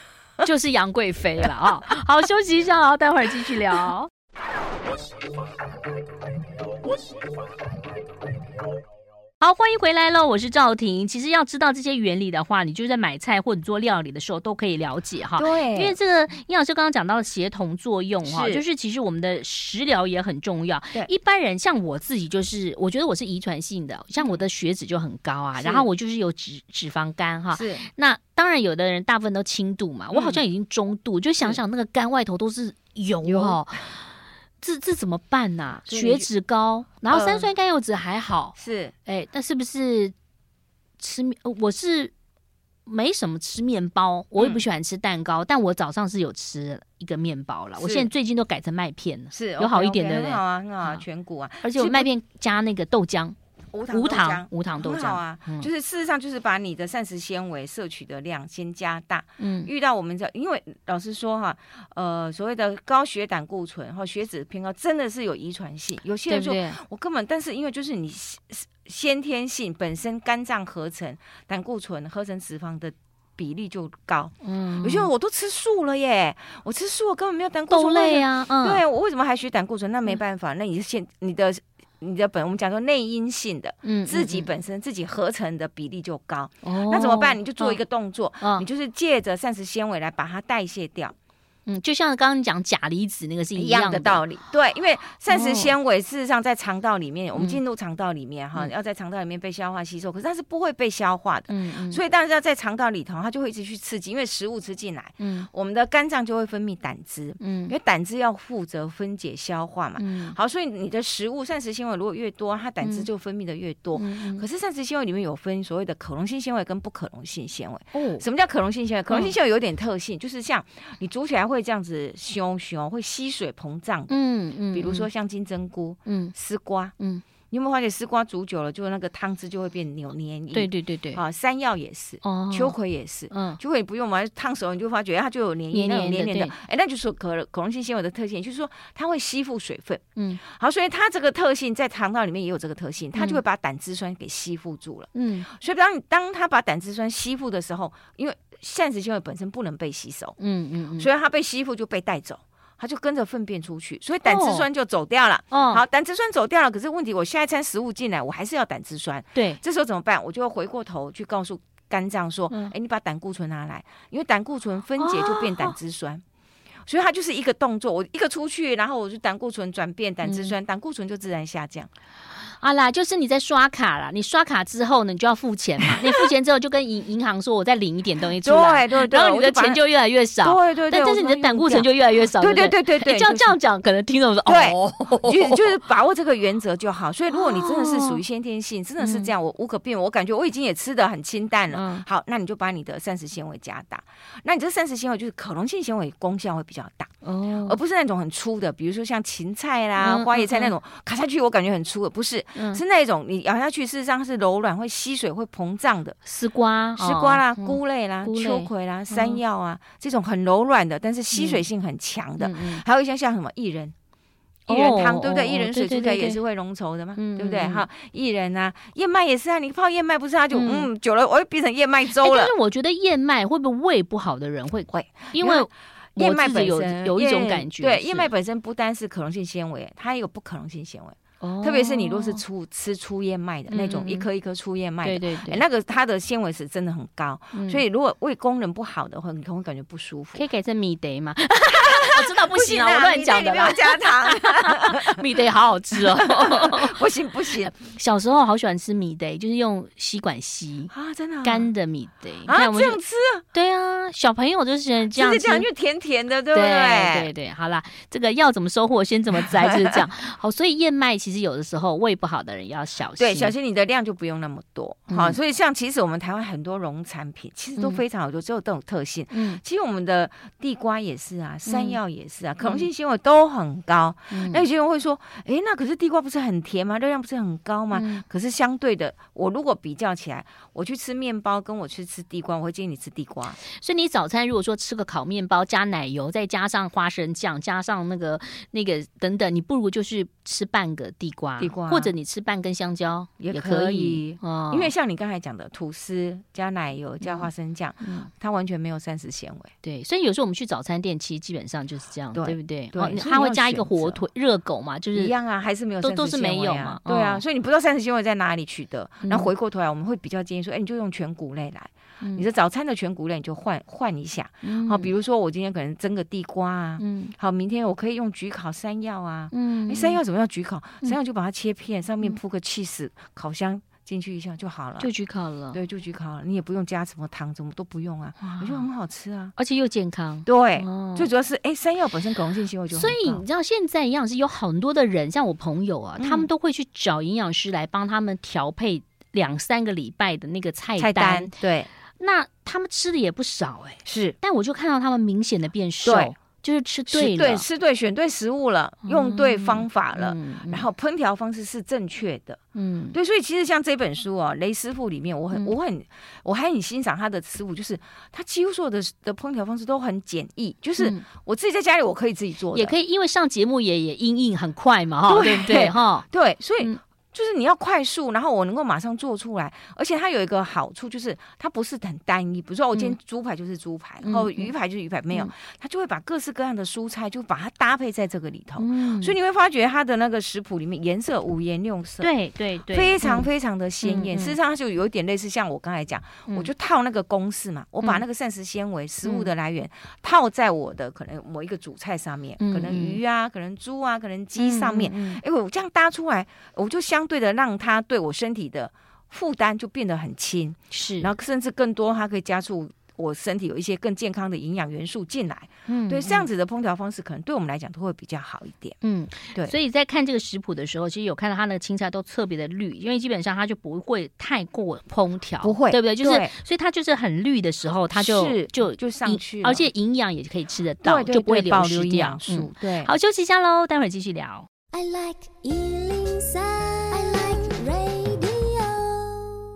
A: 就是杨贵妃了啊、好，休息一下哦，待会儿继续聊。哦好，欢迎回来喽！我是赵婷。其实要知道这些原理的话，你就在买菜或者做料理的时候都可以了解哈。
B: 对
A: 因为这个殷老师刚刚讲到的协同作用哈，
B: 是
A: 就是其实我们的食疗也很重要
B: 对。
A: 一般人像我自己，就是我觉得我是遗传性的，像我的血脂就很高啊，
B: 是
A: 然后我就是有脂脂肪肝哈。
B: 是嗯
A: 那当然，有的人大部分都轻度嘛，我好像已经中度，就想想那个肝外头都是油
B: 油
A: 哦，这这怎么办呐、
B: 所以你
A: 血脂高，然后
B: 呃
A: 三酸甘油酯还好，
B: 是，
A: 哎、那是不是吃面？呃我是没什么吃面包，我也不
B: 嗯
A: 喜欢吃蛋糕，但我早上是有吃一个面包了。我
B: 是
A: 现在最近都改成麦片了，
B: 是
A: 有好一点
B: OK，OK，
A: 对不对
B: 很好啊，很好啊，
A: 好
B: 全谷啊，
A: 而且我
B: 其实
A: 麦片加那个豆浆，
B: 无糖
A: 无
B: 豆
A: 糖
B: 浆，
A: 无糖豆
B: 很
A: 浆
B: 好啊。
A: 嗯
B: 就是事实上就是把你的膳食纤维摄取的量先加大。
A: 嗯
B: 遇到我们这，因为老实说哈，呃，所谓的高血胆固醇和血脂偏高，真的是有遗传性。有些
A: 对
B: 人
A: 不
B: 说
A: 对？
B: 我根本，但是因为就是你先先天性本身肝脏合成胆固醇合成脂肪的。比例就高，
A: 嗯，
B: 有些人我都吃素了耶，我吃素，我根本没有胆固醇。
A: 豆类啊，嗯，
B: 对我为什么还血胆固醇？那没办法，那你现你的你的本我们讲说内因性的，
A: 嗯，嗯
B: 自己
A: 嗯
B: 本身自己合成的比例就高，
A: 哦
B: 那怎么办？你就做一个动作，
A: 嗯
B: 你就是借着膳食纤维来把它代谢掉，
A: 嗯，就像刚刚讲钾离子那个是
B: 一
A: 样
B: 样
A: 的
B: 的道理。对，因为膳
A: 哦
B: 食纤维事实上在肠道里面，我们
A: 嗯
B: 进入肠道里面哈，
A: 嗯
B: 要在肠道里面被消化吸收，可是它是不会被消化的，
A: 嗯嗯，
B: 所以大家在肠道里头，它就会一直去刺激，因为食物吃进来，
A: 嗯
B: 我们的肝脏就会分泌胆汁，因
A: 嗯
B: 为胆汁要负责分解消化嘛。
A: 嗯，
B: 好，所以你的食物膳食纤维如果越多，它胆汁
A: 嗯
B: 就分泌的越多。
A: 嗯嗯
B: 可是膳食纤维里面有分所谓的可溶性纤维跟不可溶性纤维。
A: 哦，
B: 什么叫可溶性纤维？可溶
A: 嗯
B: 性纤维有点特性，就是像你煮起来会这样子熊熊，会吸水膨胀。
A: 嗯嗯，
B: 比如说像金针菇、
A: 嗯，
B: 丝瓜，
A: 嗯
B: 嗯，你有没有发觉丝瓜煮久了，就那个汤汁就会变扭黏液？
A: 嗯，对对对对，
B: 啊，山药也是，
A: 哦，
B: 秋葵也是。
A: 嗯
B: 秋葵不用嘛，烫熟了你就发觉它就有黏液，
A: 黏
B: 那种
A: 黏
B: 黏
A: 的
B: 黏的
A: 对，
B: 哎，那就是可可溶性纤维的特性，就是说它会吸附水分。
A: 嗯
B: 好，所以它这个特性在肠道里面也有这个特性，它就会
A: 嗯
B: 把胆汁酸给吸附住了。
A: 嗯
B: 所以当你当它把胆汁酸吸附的时候，因为膳食纤维本身不能被吸收，
A: 嗯嗯，
B: 所以它被吸附就被带走，它就跟着粪便出去，所以胆汁酸就走掉了。
A: 以哦，
B: 好，胆汁酸走掉了，可是问题我下一餐食物进来，我还是要胆汁酸，
A: 对，
B: 这时候怎么办？我就会回过头去告诉肝脏说：“哎、
A: 嗯
B: 你把胆固醇拿来，因为胆固醇分解就变
A: 哦
B: 胆汁酸。所以它就是一个动作，我一个出去，然后我就胆固醇转变
A: 嗯
B: 胆汁酸，胆固醇就自然下降。
A: 啊啦，就是你在刷卡啦，你刷卡之后呢，你就要付钱嘛，你付钱之后就跟银银行说我再领一点东西出来，
B: 对对对，
A: 然后你的
B: 我把它
A: 钱就越来越少，
B: 对对对，
A: 但但是你
B: 我把它
A: 的胆
B: 用
A: 固醇
B: 掉
A: 就越来越少，
B: 对
A: 对
B: 对对对对，
A: 你哎就要这样讲，可能听懂说
B: 对
A: 哦，哦
B: 就是，就就是把握这个原则就好。所以，如果你真的是属于先天性，真的是这样，我无可辩，我感觉我已经也吃的很清淡了。
A: 嗯
B: 好，那你就把你的膳食纤维加大，那你这膳食纤维就是可溶性纤维功效会比较大，
A: 哦，
B: 而不是那种很粗的，比如说像芹菜啦、
A: 嗯
B: 花椰菜
A: 嗯
B: 那种，卡下去我感觉很粗的，不是，
A: 嗯
B: 是那种你咬下去事实上是柔软、会吸水、会膨胀的，
A: 丝瓜、
B: 丝瓜啦、
A: 哦嗯
B: 菇类啦、
A: 菇类嗯
B: 秋葵啦、山药啊，这种很柔软的，但是吸水性很强的。
A: 嗯嗯
B: 还有一些像什么薏仁。
A: 哦
B: 薏仁汤对
A: 哦
B: 不对？
A: 哦
B: 薏仁水
A: 对对
B: 煮起来
A: 对对
B: 也是会浓稠的嘛，
A: 嗯
B: 对不对？
A: 嗯嗯
B: 哈，薏仁啊，燕麦也是啊，你泡燕麦不是啊，就
A: 嗯
B: 嗯久了我又变成燕麦
A: 哎
B: 粥了
A: 但。是我觉得燕麦会不会胃不好的人会
B: 会，
A: 因为
B: 因为
A: 我
B: 燕麦
A: 自己
B: 本
A: 有
B: 身
A: 有一种
B: 燕
A: 感觉是，
B: 对，燕麦本身不单是可溶性纤维，它也有不可溶性纤维，
A: 哦，
B: 特别是你若是粗吃粗燕麦的
A: 嗯
B: 那
A: 嗯
B: 种，
A: 嗯
B: 一颗一颗粗燕麦
A: 对
B: 的，
A: 对
B: 哎
A: 对，
B: 那个它的纤维值真的很高，
A: 嗯
B: 所以如果胃功能不好的话，你可能会感觉不舒服。
A: 可以改成米德嘛？ [LAUGHS] 我知道不行啊，我乱讲的
B: 不要
A: 啦。
B: 加糖，
A: [LAUGHS] 米德好好吃哦， [LAUGHS]
B: 不行不行
A: 小时候好喜欢吃米德，就是用吸管吸
B: 啊，真的啊
A: 干的米德。
B: 啊，
A: 看我
B: 这
A: 就
B: 样吃啊，
A: 对啊，小朋友就是喜欢这
B: 就
A: 样
B: 是
A: 吃
B: 这样，因为甜甜的，对不
A: 对
B: 对？
A: 对对，好啦，这个要怎么收获先怎么摘，就是 [LAUGHS] 这样。好，所以燕麦其实有的时候胃不好的人要小心。
B: 对，小心你的量就不用那么多，好，
A: 嗯
B: 所以像其实我们台湾很多农产品其实都非常好，就只有这种特性。
A: 嗯，
B: 其实我们的地瓜也是啊，山药也是啊，可溶性纤维都很高。
A: 嗯，
B: 那有些人会说，诶，那可是地瓜不是很甜吗？热量不是很高吗？
A: 嗯
B: 可是相对的，我如果比较起来，我去吃面包跟我去吃地瓜，我会建议你吃地瓜。
A: 所以你早餐如果说吃个烤面包加奶油，再加上花生酱，加上那个那个等等，你不如就是吃半个地瓜，
B: 地瓜
A: 或者你吃半根香蕉
B: 也
A: 可
B: 可以
A: 哦，
B: 因为像你刚才讲的，吐司加奶油加花生酱，
A: 嗯
B: 它完全没有膳食纤维。
A: 对，所以有时候我们去早餐店，其实基本上就是这样，
B: 对
A: 对不对？
B: 对
A: 哦
B: 所以
A: 它会
B: 要
A: 加一个
B: 选
A: 火
B: 择
A: 腿热狗嘛，就
B: 一
A: 是
B: 样啊，还是没有
A: 都
B: 膳食
A: 都是没有
B: 纤维啊
A: 嘛
B: 对啊，
A: 哦
B: 所以你不知道膳食纤维在哪里取得，
A: 嗯
B: 然后回过头来，我们会比较建议说，哎、你就用全谷类来，
A: 嗯
B: 你的早餐的全谷类你就换换一下，
A: 嗯
B: 好，比如说我今天可能蒸个地瓜啊，
A: 嗯
B: 好，明天我可以用焗烤山药啊，哎、
A: 嗯
B: 山药怎么样焗烤？
A: 嗯
B: 山药就把它切片，上面铺个 cheese，烤箱进去一下就好了，
A: 嗯就焗烤了，
B: 对，就焗烤了，你也不用加什么糖，什么都不用啊，
A: 哇，
B: 我觉得很好吃啊，
A: 而且又健康，
B: 对。
A: 哦
B: 最主要是，哎、山药本身可溶性纤维就很
A: 所以
B: 高
A: 你知道现在营养师有很多的人，像我朋友啊，
B: 嗯
A: 他们都会去找营养师来帮他们调配两三个礼拜的那个菜单。
B: 菜单对
A: 那他们吃的也不少哎、
B: 是
A: 但我就看到他们明显的变瘦
B: 对，
A: 就是吃
B: 吃
A: 对了，
B: 对吃对选对食物了，用对方法了。
A: 嗯
B: 然后烹调方式是正确的，
A: 嗯
B: 对，所以其实像这本书哦，雷师傅里面，我很、
A: 嗯
B: 我很我还很欣赏他的食物，就是他几乎所有的的烹调方式都很简易，就是
A: 嗯
B: 我自己在家里我可以自己做的，
A: 也可
B: 以
A: 以，因为上节目也也阴应很快嘛，哈，对
B: 对
A: 不对？
B: [LAUGHS]
A: 哈，
B: 对，所以
A: 嗯
B: 就是你要快速，然后我能够马上做出来，而且它有一个好处就是它不是很单一，比如说我今天猪排就是猪排，
A: 嗯
B: 然后
A: 嗯
B: 鱼排就是鱼排，没有
A: 嗯，
B: 它就会把各式各样的蔬菜就把它搭配在这个里头，
A: 嗯
B: 所以你会发觉它的那个食谱里面颜色五颜六色，，
A: 对对对，
B: 非常
A: 嗯
B: 非常的鲜艳。
A: 嗯嗯
B: 事实上，它就有点类似像我刚才讲，
A: 嗯嗯
B: 我就套那个公式嘛，我把那个膳食纤维、食物的来源套在我的可能某一个主菜上面，
A: 嗯
B: 可能鱼啊，可能猪啊，可能鸡
A: 嗯
B: 上面。
A: 嗯嗯
B: 哎、我这样搭出来，我就相对的让它对我身体的负担就变得很轻，
A: 是，
B: 然后甚至更多，它可以加速。我身体有一些更健康的营养元素进来，
A: 嗯
B: 对这样子的烹调方式，可能对我们来讲都会比较好一点。
A: 嗯，
B: 对
A: 所以在看这个食谱的时候，其实有看到它那个青菜都特别的绿，因为基本上它就不会太过烹调，
B: 不会
A: 对不对？就是
B: 对
A: 所以它就是很绿的时候，它就是就
B: 就上
A: 营
B: 去了
A: 而且营养也可以吃得到，
B: 对对
A: 就不会
B: 对
A: 流
B: 保
A: 失
B: 留营
A: 掉嗯
B: 养。素，，对，
A: 好，休息一下喽，待会儿继续聊。
C: I like Ealing Sound. I like radio.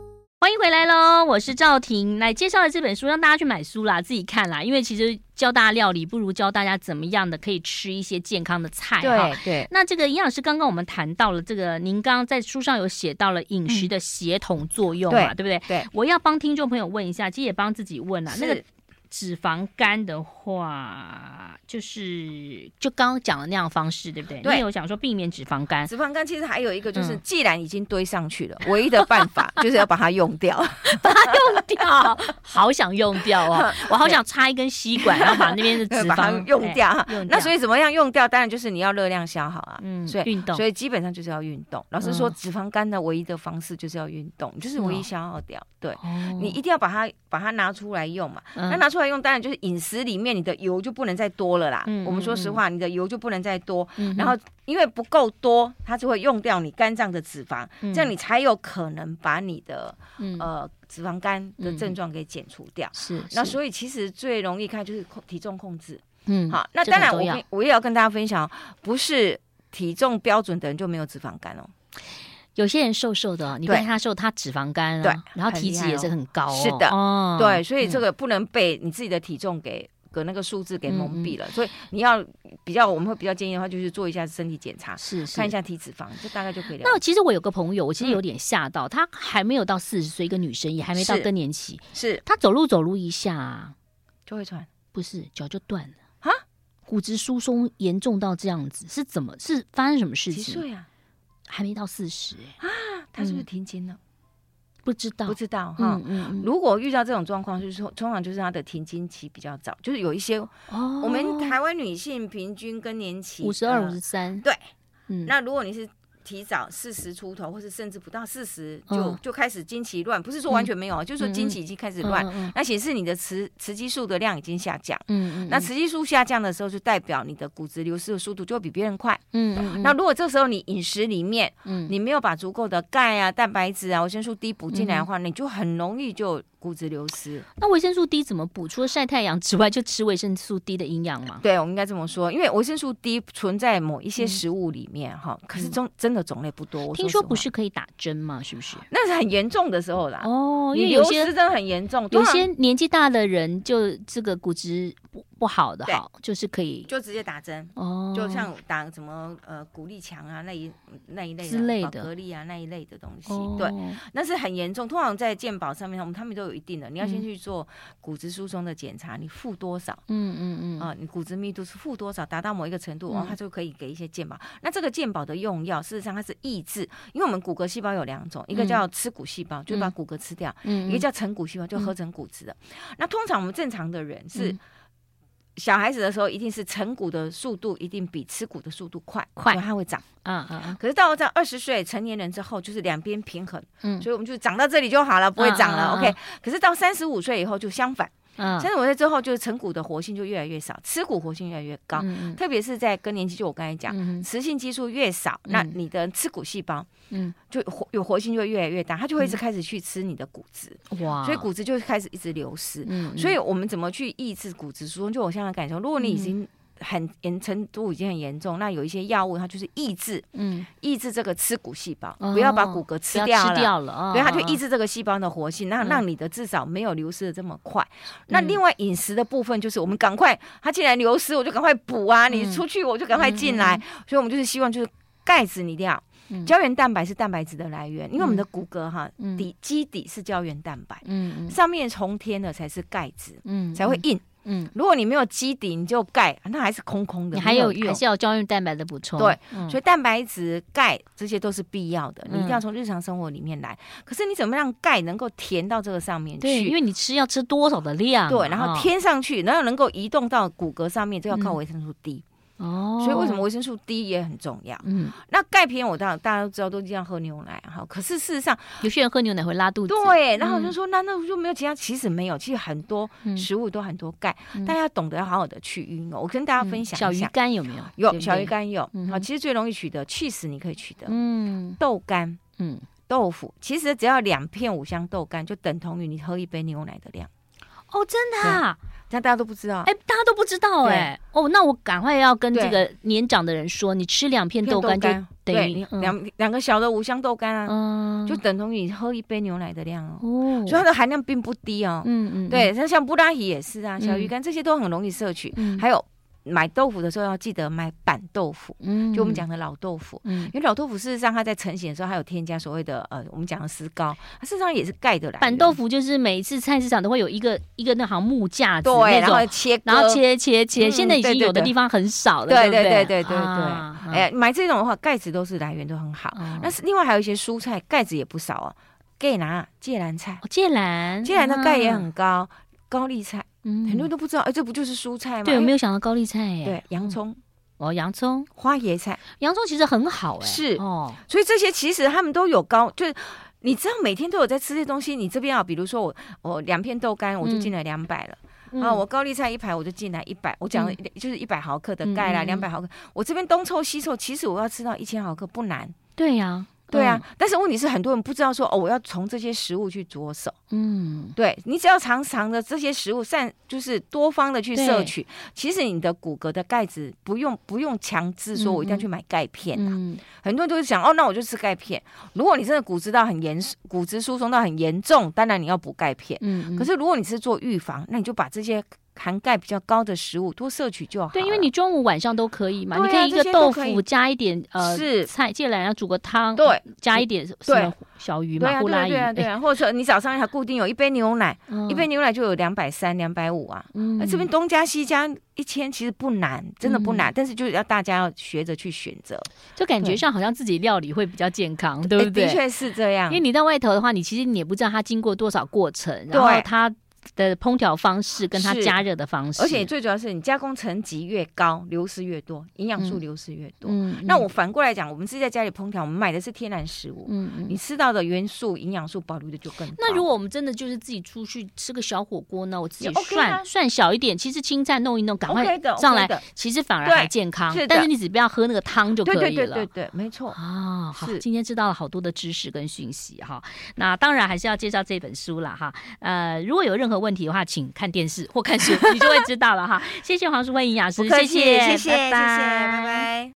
A: 欢迎回来喽，我是赵婷，来介绍了这本书，让大家去买书啦，自己看啦，因为其实教大家料理，不如教大家怎么样的可以吃一些健康的菜哈。
B: 对对，
A: 那这个营养师刚刚我们谈到了这个，您刚刚在书上有写到了饮食的协同作用嘛，
B: 嗯
A: 对不对？
B: 对，
A: 我要帮听众朋友问一下，其实也帮自己问了、啊那个
B: 是
A: 脂肪肝的话，就是就刚刚讲的那样方式，对不对？
B: 对
A: 你有想说避免脂肪肝，
B: 脂肪肝其实还有一个就是，
A: 嗯
B: 既然已经堆上去了，唯一的办
A: [LAUGHS]
B: 法就是要把它用掉。 [LAUGHS]
A: 用掉， [LAUGHS] 好想用掉
B: [LAUGHS]
A: 哦，我好想插一根吸管，然后把那边的脂
B: 把它
A: 肪
B: 用掉
A: 哎用掉
B: [LAUGHS] 那所以怎么样用掉？当然就是你要热量消耗啊。
A: 嗯
B: 所，以
A: 运动嗯
B: 所以基本上就是要运动。老师说，脂肪肝的唯一的方式就是要运动，就是
A: 是哦
B: 唯一消耗掉。对，
A: 哦
B: 你一定要把它把它拿出来用嘛。
A: 嗯
B: 那拿出来用，当然就是饮食里面你的油就不能再多了啦。
A: 嗯
B: 我们说实话，你的油就不能再多，
A: 嗯哼
B: 然后因为不够多，它就会用掉你肝脏的脂肪，
A: 嗯
B: 这样你才有可能把你的
A: 嗯
B: 呃脂肪肝的症状给减除掉。
A: 是
B: 那
A: 是
B: 所以其实最容易看就是控体重控制，
A: 嗯，
B: 好，那
A: 这
B: 当
A: 很重
B: 然我
A: 要
B: 跟我也要跟大家分享，不是体重标准的人就没有脂肪肝哦。
A: 有些人瘦瘦的哦，你
B: 对
A: 看他瘦，他脂肪肝啊，
B: 对
A: 然后
B: 很
A: 体
B: 厉
A: 脂
B: 害
A: 也
B: 哦
A: 是很高、哦，
B: 是的
A: 哦
B: 对，所以这
A: 嗯
B: 个不能被你自己的体重给。给那个数字给蒙
A: 嗯嗯
B: 蔽了，所以你要比较，我们会比较建议的话，就是做一下身体检查，
A: 是是
B: 看一。下体脂肪，这大概就可以了。
A: 那其实我有个朋友，我其实
B: 嗯
A: 有点吓到，她还没有到四十岁，一个女生也还没到
B: 是
A: 更年期，
B: 是
A: 她走路走路一下、啊，
B: 就会喘，
A: 不是脚就断了
B: 啊，
A: 骨质疏松严重到这样子，是怎么是发生什么事
B: 几
A: 情？
B: 岁啊？
A: 还没到四十、
B: 啊他是不
A: 嗯
B: 是停经了？
A: 不知道
B: 不，知道哈。
A: 嗯嗯嗯，
B: 如果遇到这种状况，就是说通常就是他的停经期比较早，就是有一些、
A: 哦
B: 我们台湾女性平均更年期
A: 五十二、五
B: 呃
A: 十三，
B: 对，
A: 嗯，
B: 那如果你是提早四十出头，或是甚至不到四十，就、
A: 嗯
B: 就开始经期乱，不是说完全没有，啊就是说经期已经开始乱，
A: 嗯，嗯
B: 那显示你的雌雌激素的量已经下降。
A: 嗯嗯，
B: 那雌激素下降的时候，就代表你的骨质流失的速度就会比别人快。
A: 嗯嗯，
B: 那如果这时候你饮食里面
A: 你
B: 你没有把足够的钙啊、蛋白质啊、维生素 D 补进来的话，你就很容易就骨质流失。
A: 那维生素 D 怎么补？除了晒太阳之外，就吃维生素 D 的营养吗？
B: 对，我们应该这么说，因为维生素 D 存在某一些食物里面哈，可是中真的种类嗯不多。我
A: 听
B: 实
A: 说不
B: 话，
A: 是可以打针吗？是不是？
B: 那是很严重的时候啦。
A: 哦，因
B: 你
A: 为有
B: 流失
A: 些
B: 真的很严重，
A: 有
B: 通常
A: 些年纪大的人，就这个骨质不不好的
B: 对
A: 好，就是可以
B: 就直接打针，
A: 哦，
B: 就像打什么呃骨力强啊那一那一类的
A: 之类的
B: 宝格丽啊那一类的东西，
A: 哦
B: 对，那是很严重。通常在健保上面，我们他们都有一定的，你要先
A: 嗯
B: 去做骨质疏松的检查，你负多少
A: 嗯嗯嗯
B: 啊、你骨质密度是负多少，达到某一个程度，哦
A: 嗯，
B: 它就可以给一些健保。那这个健保的用药，事实上它是抑制，因为我们骨骼细胞有两种，一个
A: 嗯
B: 叫吃骨细胞，就是把骨骼吃掉；
A: 嗯，
B: 一个叫成骨细胞，就合成骨质的。那通常我们正常的人
A: 嗯
B: 是。小孩子的时候，一定是成骨的速度一定比吃骨的速度快，
A: 快
B: 所以它会长。
A: 啊啊
B: 可是到在二十岁成年人之后，就是两边平衡，
A: 嗯
B: 所以我们就长到这里就好了，不会长
A: 嗯嗯嗯
B: 了。OK，可是到三十五岁以后就相反，
A: 啊
B: 三十五岁之后就是成骨的活性就越来越少，吃骨活性越来越高，
A: 嗯
B: 特别是在更年期，就我刚才讲，
A: 嗯
B: 雌性激素越少，
A: 嗯
B: 那你的吃骨细胞
A: 嗯
B: 就活有活性就会越来越大，它就会一直开始去吃你的骨质，
A: 哇，
B: 所以骨质就开始一直流失。
A: 啊嗯嗯
B: 所以我们怎么去抑制骨质疏松？就我现在的感受，如果你已经很严程度已经很严重，那有一些药物它就是抑制
A: 嗯
B: 抑制这个吃骨细胞，
A: 哦
B: 不要把骨骼
A: 不
B: 吃
A: 要
B: 掉
A: 吃
B: 了。
A: 掉了，
B: 对，它就抑制这个细胞的活性，那
A: 嗯
B: 让你的至少没有流失的这么快。那另外饮食的部分，就是我们赶快，它既然流失，我就赶快补啊！
A: 嗯
B: 你出去我就赶快进来。所以我们就是希望就是钙质你一定要
A: 嗯，
B: 胶原蛋白是蛋白质的来源，因为我们的骨骼哈
A: 嗯
B: 底基底是胶原蛋白，
A: 嗯嗯
B: 上面重贴的才是钙质，
A: 嗯
B: 才会硬。
A: 嗯。
B: 如果你没有基底，你就钙，那还是空空的。
A: 你还
B: 没
A: 有
B: 用
A: 还是要胶原蛋白的补充，
B: 对，
A: 嗯
B: 所以蛋白质、钙这些都是必要的，你一定
A: 嗯
B: 要从日常生活里面来。可是你怎么让钙能够填到这个上面去？
A: 对，因为你吃要吃多少的量啊，
B: 对然后
A: 哈嗯
B: 填上去，然后能够移动到骨骼上面，这要靠维生素 D、
A: 哦，
B: 所以为什么维生素 D 也很重要？
A: 嗯，
B: 那钙片我当然大家都知道都这样喝牛奶哈，可是事实上
A: 有些人喝牛奶会拉肚子，
B: 对，然后我就说、那那我就没有其他，其实没有，其实很多
A: 嗯
B: 食物都很多钙，
A: 嗯
B: 大家懂得要好好的去运用。我跟大家
A: 嗯
B: 分享
A: 小
B: 一
A: 鱼
B: 下，
A: 干有没有？对
B: 有
A: 不
B: 小
A: 对
B: 鱼，干有
A: 嗯，
B: 好，
A: 哼
B: 其实最容易取得，cheese 你可以取得，
A: 嗯
B: 豆干。
A: 嗯，
B: 豆腐，其实只要两片五香豆干，就等同于你喝一杯牛奶的量。
A: 哦，真的啊，
B: 但大家都不知道，啊
A: 哎，大家都不知道
B: 对
A: 哎，哦，那我赶快要跟
B: 对
A: 这个年长的人说，你吃两片
B: 片
A: 豆干就等
B: 对
A: 于
B: 你两两个小的五香豆干啊，
A: 嗯，
B: 就等同于你喝一杯牛奶的量哦。
A: 哦，
B: 所以它的含量并不低哦。
A: 嗯嗯，
B: 对，那像布拉提也是啊，
A: 嗯
B: 小鱼干这些都很容易摄取。
A: 嗯，
B: 还有买豆腐的时候要记得买板豆腐，
A: 嗯
B: 就我们讲，的老豆腐。
A: 嗯，
B: 因为老豆腐事实上它在成型的时候，它有添加所谓的呃，我们讲的石膏，它事实上也是钙的来源。
A: 板豆腐就是每一次菜市场都会有一个一个那行木架子那
B: 对，然后
A: 种。
B: 切割，
A: 然后切切切，
B: 嗯
A: 现在已经
B: 对对
A: 有的
B: 对
A: 地方很少了，
B: 对
A: 对不
B: 对
A: 对
B: 对对对
A: 啊
B: 哎、嗯买这种的话，钙质都是来源都很好。
A: 哦
B: 但是另外还有一些蔬菜，钙质也不少哦。芥拿、芥蓝菜，
A: 哦芥蓝，
B: 芥蓝的钙也
A: 啊，
B: 很高。高丽菜，
A: 嗯
B: 很多人都不知道，哎，这不就是蔬菜吗？
A: 对，我没
B: 有。
A: 有想到高丽菜耶，
B: 对，洋葱、
A: 哦，洋葱，
B: 花椰菜，
A: 洋葱其实很好哎，
B: 是
A: 哦，
B: 所以这些其实他们都有高，就是你知道每天都有在吃这些东西。你这边啊，比如说我我两片豆干，我
A: 嗯
B: 就进了两百了。啊，我高丽菜一排我就进来一百，我讲的就是一百毫克的钙
A: 嗯
B: 啦，
A: 嗯嗯嗯
B: 两百毫克。我这边东凑西凑，其实我要吃到一千毫克不难。
A: 对呀，
B: 对啊，但是问题是很多人不知道说哦，我要从这些食物去着手。
A: 嗯，
B: 对你只要常常的这些食物善，就是多方的去摄
A: 对
B: 取，其实你的骨骼的钙质不用不用强制说我一定要去买钙片啊。
A: 嗯
B: 很多人都会想哦，那我就吃钙片。如果你真的骨质到很严，骨质疏松到很严重，当然你要补钙片。
A: 嗯，
B: 可
A: 是
B: 是如果你是做预防，那你就把这些含钙比较高的食物多摄取就好了。
A: 对，因为你中午晚上都可以嘛，
B: 对啊
A: 你可以一
B: 这
A: 个
B: 些
A: 豆
B: 都可以
A: 腐加一点呃
B: 是
A: 菜进来，然后煮个汤，
B: 对，
A: 加一点什
B: 对
A: 么小鱼
B: 对
A: 嘛，
B: 啊
A: 呼
B: 对啊
A: 啦鱼，
B: 对啊对啊，或者说你早上还固定有一杯牛奶，
A: 哎
B: 一杯，牛奶就有两百三、两百五啊。
A: 嗯
B: 那这边东加西加一千，其实不难，真的不难，
A: 嗯
B: 但是就是要大家要学着去选择，
A: 就感觉
B: 对
A: 上好像自己料理会比较健康，对
B: 诶
A: 不对？
B: 的确是这样
A: 因为。你到外头的话，你其实你也不知道它经过多少过程，
B: 对
A: 然后它的烹调方式跟它
B: 是
A: 加热的方式，
B: 而且最主要是你加工层级越高，流失越多，营养素流失越多。
A: 嗯，嗯
B: 那我反过来讲，我们自己在家里烹调，我们买的是天然食物，
A: 嗯嗯
B: 你吃到的元素、营养素保留的就更高。
A: 那如果我们真的就是自己出去吃个小火锅呢？我自己
B: 也 OK
A: 涮、
B: 啊
A: 涮小一点，其实青菜弄一弄，赶快
B: OK 的
A: 上来
B: OK 的
A: 其实反而
B: 对
A: 还健康。
B: 是的
A: 但是你只不要喝那个汤就可
B: 对
A: 以了。
B: 对对对对，没错。
A: 啊，好，
B: 是
A: 今天知道了好多的知识跟讯息哈。那当然还是要介绍这本书了哈。呃，如果有任何问题的话，请看电视或看书，你就会知道了哈。谢谢黄淑慧营养师，
B: 不客气，
A: 谢，
B: 谢谢，谢谢，
A: 拜
B: 拜拜。